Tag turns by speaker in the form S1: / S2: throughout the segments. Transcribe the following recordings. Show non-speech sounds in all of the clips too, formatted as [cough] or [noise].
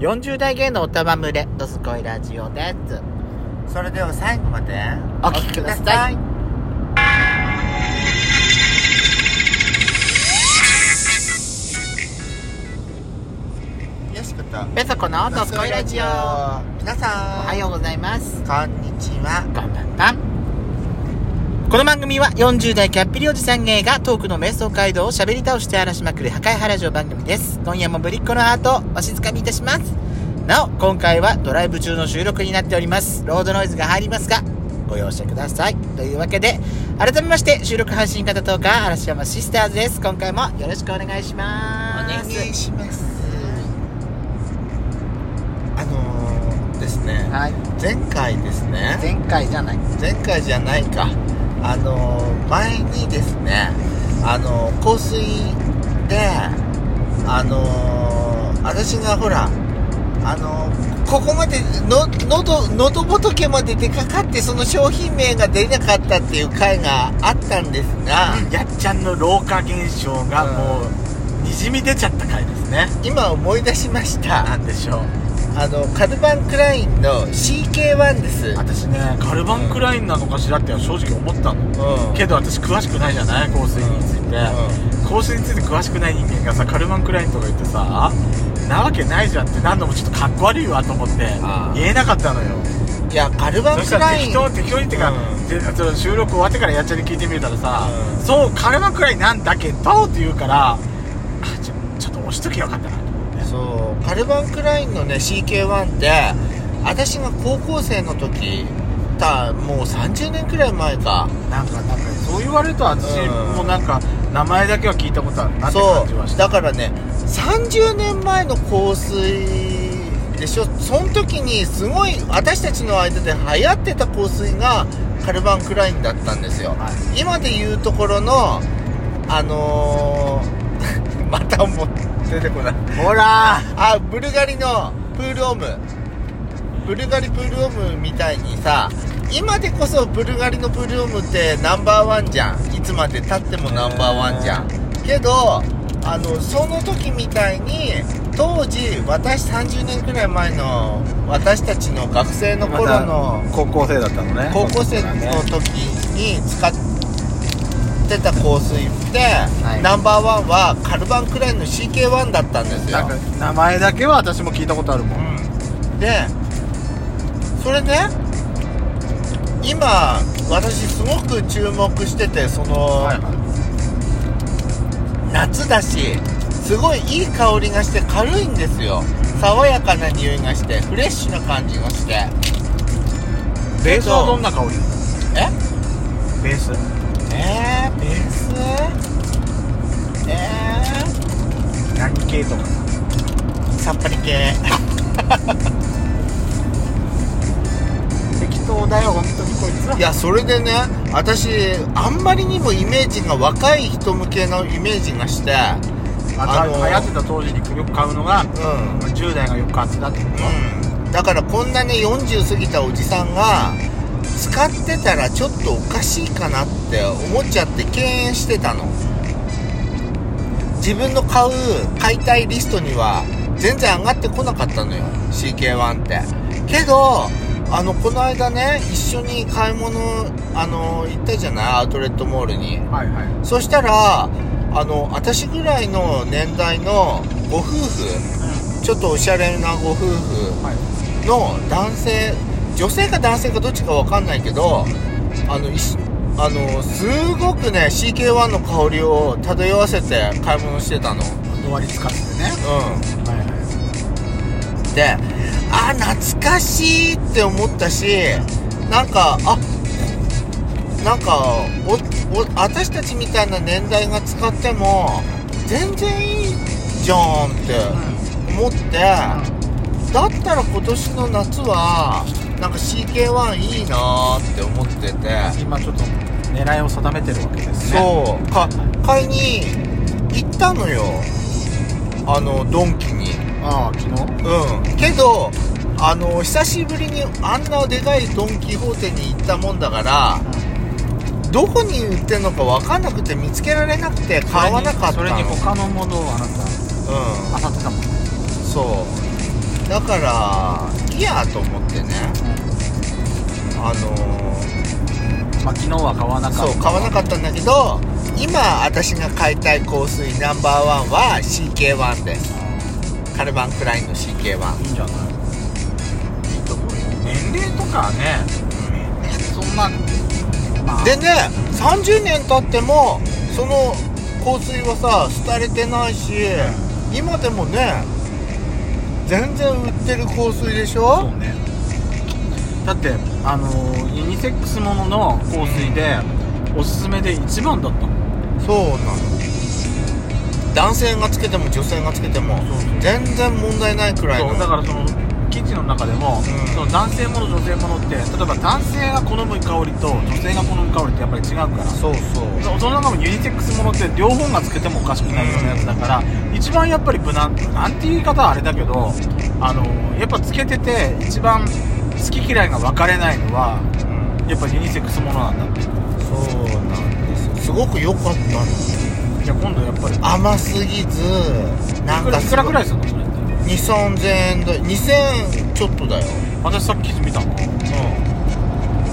S1: 40代芸能おたま群れ、ドスコイラジオです。
S2: それでは最後まで
S1: お聞きください
S2: お聞きくださいよしこと
S1: ペソコのドスコイラジオ。お
S2: 皆さん
S1: はようございます。
S2: こんにちは
S1: こんばんは。この番組は40代キャッピリおじさん芸がトークの瞑想街道を喋り倒して荒らしまくる破壊ハラジオ番組です。今夜もぶりっ子のハートをわしづかみいたします。なお、今回はドライブ中の収録になっております。ロードノイズが入りますが、ご容赦ください。というわけで、改めまして収録配信型トーカー嵐山シスターズです。今回もよろしくお願いしま
S2: お願
S1: す。
S2: いしますあのー、ですね
S1: はい。
S2: 前回ですね
S1: 前回じゃない。
S2: 前回じゃないかあの前にですねあの香水であの私がほらあのここまでの喉喉仏まで出かかってその商品名が出なかったっていう回があったんですが、
S3: やっちゃんの老化現象がもうにじみ出ちゃった回ですね
S2: 今思い出しました
S3: なんでしょう
S2: あのカルバン・クラインの CK1 です、うん、
S3: 私ねカルバンクラインなのかしらって正直思ったのけど私詳しくないじゃない香水について、香水について詳しくない人間がさカルバンクラインとか言ってさなわけないじゃんって何度もちょっとかっこ悪いわと思って
S2: あー
S3: 言えなかったのよ
S2: いやカルバン・
S3: そし
S2: ク
S3: たら
S2: ライ
S3: 適
S2: ン
S3: 当適当にってか、
S2: うん
S3: でその収録終わってからやっちゃんに聞いてみたらさ、
S2: うん
S3: そうカルバンクラインなんだけどって言うからあちょちょっと押しときゃよかったなと思って
S2: そうカルバン・クラインのね CK1 って私が高校生の時たもう30年くらい前か
S3: なんかなんかそう言われると私
S2: うん
S3: もなんか名前だけは聞いたことあるなって
S2: そ
S3: 感じはし
S2: う
S3: た
S2: だからね30年前の香水でしょその時にすごい私たちの間で流行ってた香水がカルバン・クラインだったんですよ、
S3: は
S2: 今で言うところのあのー [laughs] またもう出てこない
S3: ほらー
S2: あブルガリのプールオムブルガリプールオムみたいにさ今でこそブルガリのプールオムってナンバーワンじゃんいつまでたってもナンバーワンじゃんけどあのその時みたいに当時私30年くらい前の私たちの学生の頃の
S3: 高校生だったのね
S2: 高校生の時に使ってた香水って、
S3: い
S2: ナンバーワンはカルバンクラインの CK1 だったんですよ
S3: なんか名前だけは私も聞いたことあるもん、
S2: でそれね今私すごく注目しててその、
S3: はいはい
S2: 夏だしすごいいい香りがして軽いんですよ爽やかな匂いがしてフレッシュな感じがして
S3: ベースはどんな香り
S2: え
S3: ベース
S2: えー、ベースえ
S3: 何系とか
S2: ー、さっぱり系
S3: 適当だよ本当にこいつら
S2: いやそれでね私あんまりにもイメージが若い人向けのイメージがして
S3: あ
S2: あの
S3: の
S2: ー
S3: 流行ってた当時によく買うのが、
S2: うん
S3: 10代がよく買ってたってこと、
S2: だからこんなね40過ぎたおじさんが使ってたらちょっとおかしいかなって思っちゃって敬遠してたの自分の買う買いたいリストには全然上がってこなかったのよ CK1 ってけどあのこの間ね一緒に買い物あの行ったじゃないアウトレットモールに
S3: はいはい
S2: そしたらあの私ぐらいの年代のご夫婦ちょっとおしゃれなご夫婦
S3: はい
S2: の男性女性か男性かどっちかわかんないけどあのいしあのすごくね CK1 の香りを漂わせて買い物してたのう
S3: 終わり使ってね
S2: ん
S3: はいはい
S2: であ懐かしいって思ったしなんかあなんかおお私たちみたいな年代が使っても全然いいじゃんって思って、だったら今年の夏はなんか CK1 いいなーって思ってて
S3: 今ちょっと狙いを定めてるわけですね
S2: そうか買いに行ったのよあのドンキに
S3: ああ昨日
S2: うんけどあの久しぶりにあんなでかいドン・キホーテに行ったもんだからどこに売ってんのか分かんなくて見つけられなくて買わなかった
S3: それに
S2: の
S3: 他のものをあ
S2: う
S3: なた
S2: ん
S3: 当たってたもん
S2: そうだからいいやと思ってねあの
S3: まあ、昨日は買わなかった
S2: そう買わなかったんだけど今私が買いたい香水ナンバーワンは CK1 ですカルバンクラインの CK1
S3: いいんじゃない年齢とかね、そんなまあ
S2: でね30年経ってもその香水はさ廃れてないし今でもね全然売ってる香水でし
S3: そ
S2: ょ
S3: うねだってあのーユニセックスものの香水で、おすすめで一番だったもん
S2: そうなの男性がつけても女性がつけても
S3: そうそう
S2: 全然問題ないくらい
S3: そう
S2: の
S3: だからその記事の中でも、
S2: ん
S3: その男性もの女性ものって例えば男性が好む香りと女性が好む香りってやっぱり違うから
S2: そうそう
S3: 大人のユニセックスものって両方がつけてもおかしくないようなやつだから、一番やっぱり無難なんて言い方はあれだけどあのやっぱつけてて一番好き嫌いが分かれないのは
S2: うん
S3: やっぱユニセックスものなんだって
S2: そうなんですよすごく良かったの
S3: じゃあ今度やっぱり
S2: 甘すぎずなん
S3: い
S2: か
S3: く
S2: ら
S3: いくらぐらい
S2: い
S3: するのそれって
S2: 2000円だ2000ちょっとだよ
S3: 私さっき記事見たのネ
S2: うん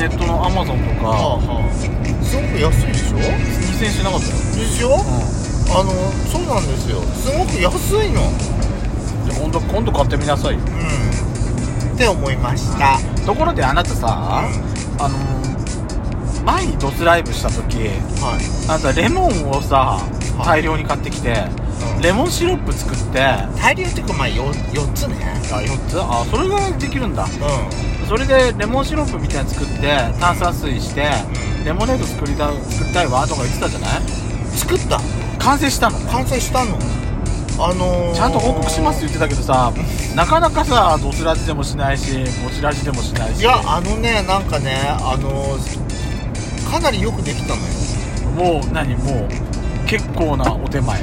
S3: ットのアマゾンと
S2: ああ
S3: か
S2: すごく安いでしょ
S3: 2000円しなかったよ
S2: でしょ
S3: う
S2: あのそうなんですよすごく安いの
S3: んじゃあ今度今度買ってみなさいよ
S2: うんって思いました
S3: ところであなたさ、あのー前にドスライブした時
S2: はい
S3: あなたレモンをさ
S2: い
S3: 大量に買ってきて、
S2: うん
S3: レモンシロップ作ってあ
S2: 大量っていうかまあ 4, 4つね
S3: 4つあそれができるんだ
S2: うん
S3: それでレモンシロップみたいなの作って炭酸水してレモネード作りた作りたいわとか言ってたじゃない
S2: 作った
S3: 完成したのね
S2: 完成したのあのー、
S3: ちゃんと報告しますって言ってたけどさなかなかさドスラジでもしないしモチラジでもしないし
S2: いやあのねなんかねあのー、かなりよくできたのよ
S3: もう何もう結構なお手前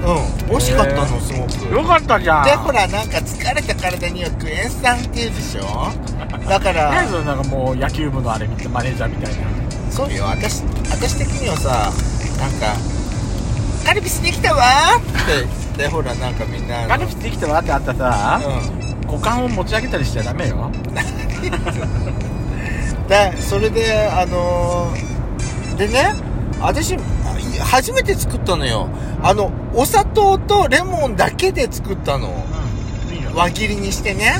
S2: うん美味しかったのすごく
S3: よかったじゃん
S2: でほらなんか疲れた体にはクエン酸っていうでしょだから
S3: 何それなんかもう野球部のあれ見てマネージャーみたいな
S2: そうよ私私的にはさなんか「カルピスできたわ!」って言ってほらなんかみんな
S3: ガルピスできたわってあったさ、
S2: う
S3: 股間を持ち上げたりしちゃダメよ
S2: んでそれであのーでね私初めて作ったのよあのお砂糖とレモンだけで作ったの
S3: うんいいよ
S2: 輪切りにしてね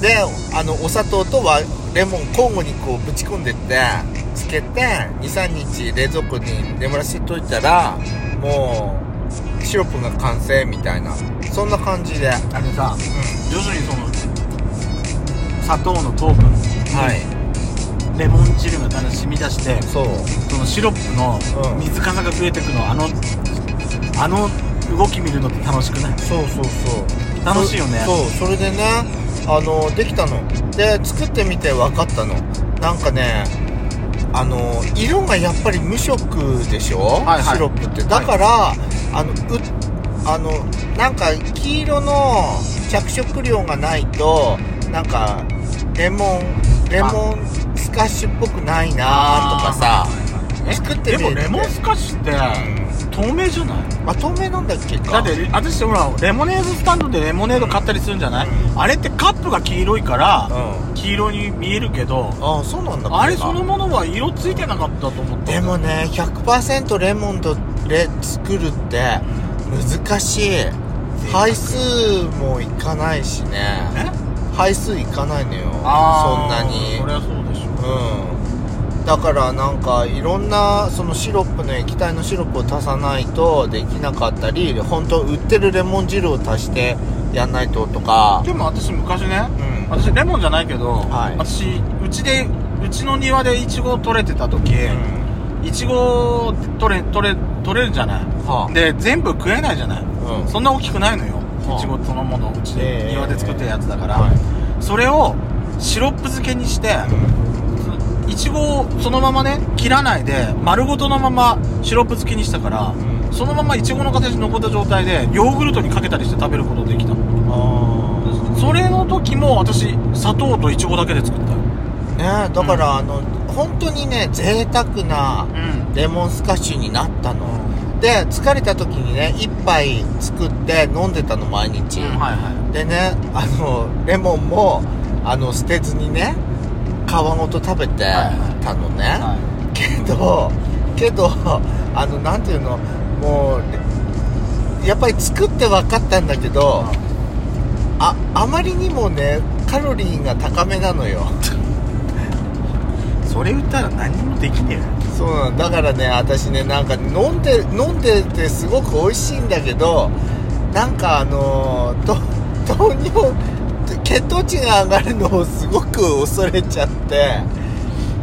S2: であのお砂糖とわレモン交互にこうぶち込んでってつけて23日冷蔵庫に眠らせといたらもうシロップが完成みたいなそんな感じで、うん、
S3: あのさ徐々にその砂糖の糖分
S2: はい
S3: レモン汁がだんだん染み出して
S2: そう
S3: そのシロップの
S2: うん
S3: 水かさが増えてくの、あのあの動き見るのって楽しくない
S2: そうそうそう
S3: 楽しいよね
S2: そそうそれでねあのできたので作ってみて分かったのなんかねあの色がやっぱり無色でしょ、
S3: はいはい
S2: シロップってだから、あのうあのなんか黄色の着色料がないとなんかレモンレモンスカッシュっぽくないなとかさ
S3: え
S2: 作ってみる
S3: でもレモンスカッシュって透明じゃない
S2: あ透明なんだっけか
S3: だって私ほらレモネードスタンドでレモネード買ったりするんじゃない、
S2: う
S3: あれってカップが黄色いか
S2: うん
S3: ら
S2: あ
S3: 黄色に見えるけど
S2: あそうなんだ
S3: あれそ
S2: の
S3: のものは色ついてなかったと思った
S2: でもね100%レモンとレ作るって難しい配数もいかないしね
S3: え
S2: 配数いかないのよそんな
S3: そり
S2: に
S3: ゃそうでしょ
S2: うんだからなんかいろんなそのシロップの液体のシロップを足さないとできなかったり本当売ってるレモン汁を足してやんないととか
S3: でも私昔ね、
S2: うん
S3: 私レモンじゃないけど、
S2: はい
S3: 私うちでうちの庭でイチゴを取れてた時イチゴ取れ取れ取れるじゃない、
S2: はあ
S3: で全部食えないじゃない、
S2: うん
S3: そんな大きくないのよ
S2: はあ
S3: イチゴそのものうち
S2: え
S3: で
S2: え
S3: 庭で作ってるやつだから、
S2: はい
S3: それをシロップ漬けにして、いちごをそのままね切らないで丸ごとのままシロップ漬けにしたから、
S2: うん
S3: そのままいちごの形残った状態でヨーグルトにかけたりして食べることできたの
S2: あ
S3: それの時も私砂糖といちごだけで作ったよ
S2: あねだからあの本当にね贅沢な
S3: うん
S2: レモンスカッシュになったので疲れた時にね一杯作って飲んでたの毎日、
S3: うんはいは
S2: でねあのレモンもあの捨てずにね皮ごと食べてたのね、
S3: い、はい
S2: けどけどあのなんていうのもうやっぱり作って分かったんだけどああまりにもねカロリーが高めなのよ
S3: それ言ったら何もできねえよ
S2: そうなのだからね私ねなんか飲んで飲んでてすごく美味しいんだけどなんかあのと糖尿血糖値が上がるのをすごく恐れちゃって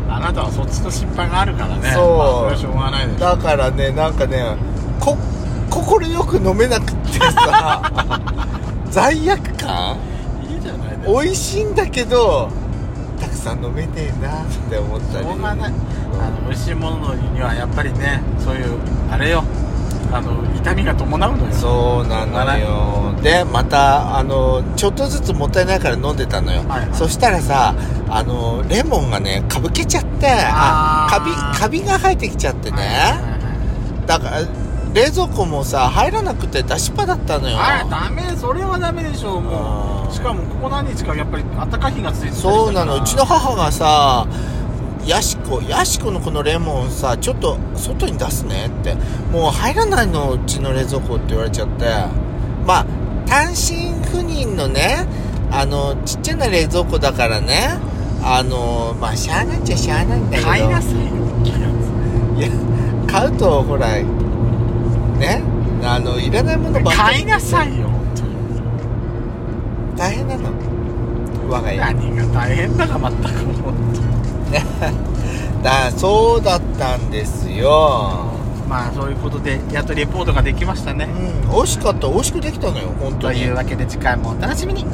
S3: あなたはそっちの心配があるからね
S2: そう
S3: まあ、それはしょうがないでしょ
S2: だからねなんかねこ快よく飲めなくって
S3: [laughs]
S2: さ罪悪感
S3: いいじゃないですか
S2: 美味しいんだけどたくさん飲めねえなって思ったり
S3: しょうがないあの美味しいものにはやっぱりねそういうあれよあの痛みが伴うのよ
S2: そうなのよでまたあのちょっとずつもったいないから飲んでたのよ、
S3: はいはい
S2: そしたらさあのレモンがねかぶけちゃってあ
S3: あー
S2: カビカビが生えてきちゃってね、
S3: はいはいはい
S2: だから冷蔵庫もさ入らなくて出しっぱだったのよ
S3: あれダメそれはダメでしょうも
S2: あー
S3: うしかもここ何日かやっぱり暖かい日がついてたりしたから
S2: そうなのうちの母がさヤシコヤシコのこのレモンさちょっと外に出すねってもう入らないのうちの冷蔵庫って言われちゃってまあ単身赴任のねあのちっちゃな冷蔵庫だからねあのまあしゃあないっちゃしゃあないんだけど
S3: 買いなさいよ大きいや
S2: いや買うとほらねあのいらないものばっ
S3: つ
S2: か
S3: 買い
S2: り
S3: なさいよ本当に
S2: 大変なの我が家
S3: 何が大変だか全く本当に
S2: だそうだったんですよ
S3: まあそういうことでやっとレポートができましたね
S2: うん、美味しかった美味しくできたのよ本当
S3: と
S2: に
S3: いうわけで次回もお楽しみに